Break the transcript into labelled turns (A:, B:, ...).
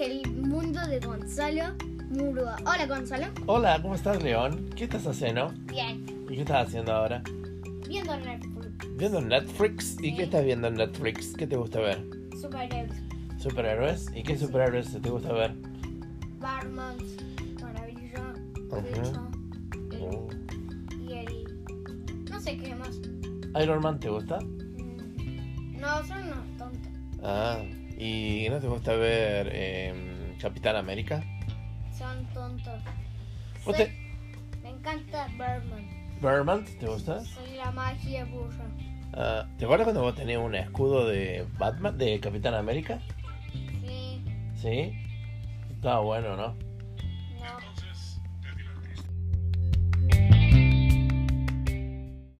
A: el mundo de Gonzalo Murúa. Hola Gonzalo.
B: Hola, ¿cómo estás, León? ¿Qué estás haciendo?
A: Bien.
B: ¿Y qué estás haciendo ahora?
A: Viendo Netflix.
B: ¿Viendo Netflix? ¿Y
A: Sí.
B: qué estás viendo en Netflix? ¿Qué te gusta ver?
A: Superhéroes.
B: ¿Superhéroes? ¿Y qué superhéroes te gusta ver?
A: Batman. Maravilla.
B: Ajá. Oh.
A: Beto, el- Y el... No sé qué más.
B: ¿Iron Man te gusta?
A: Mm, No, son unos tontos.
B: Ah, ¿y no te gusta ver em, Capitán América?
A: Son tontos.
B: ¿Vos
A: Soy-
B: te...
A: Me encanta Batman.
B: ¿Vermont te gusta?
A: Soy la magia burra.
B: Ah, ¿Te acuerdas cuando vos tenías un escudo de Batman, de Capitán América?
A: Sí.
B: Sí. Estaba bueno, ¿no?